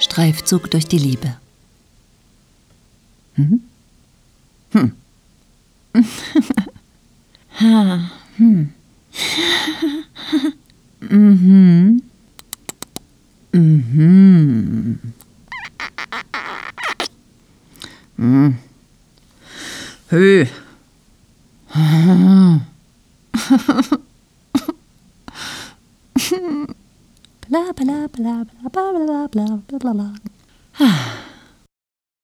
Streifzug durch die Liebe. Hm? Hm. ha, hm. mhm. Mhm. Mhm. Hö. bla bla bla bla bla bla bla bla bla.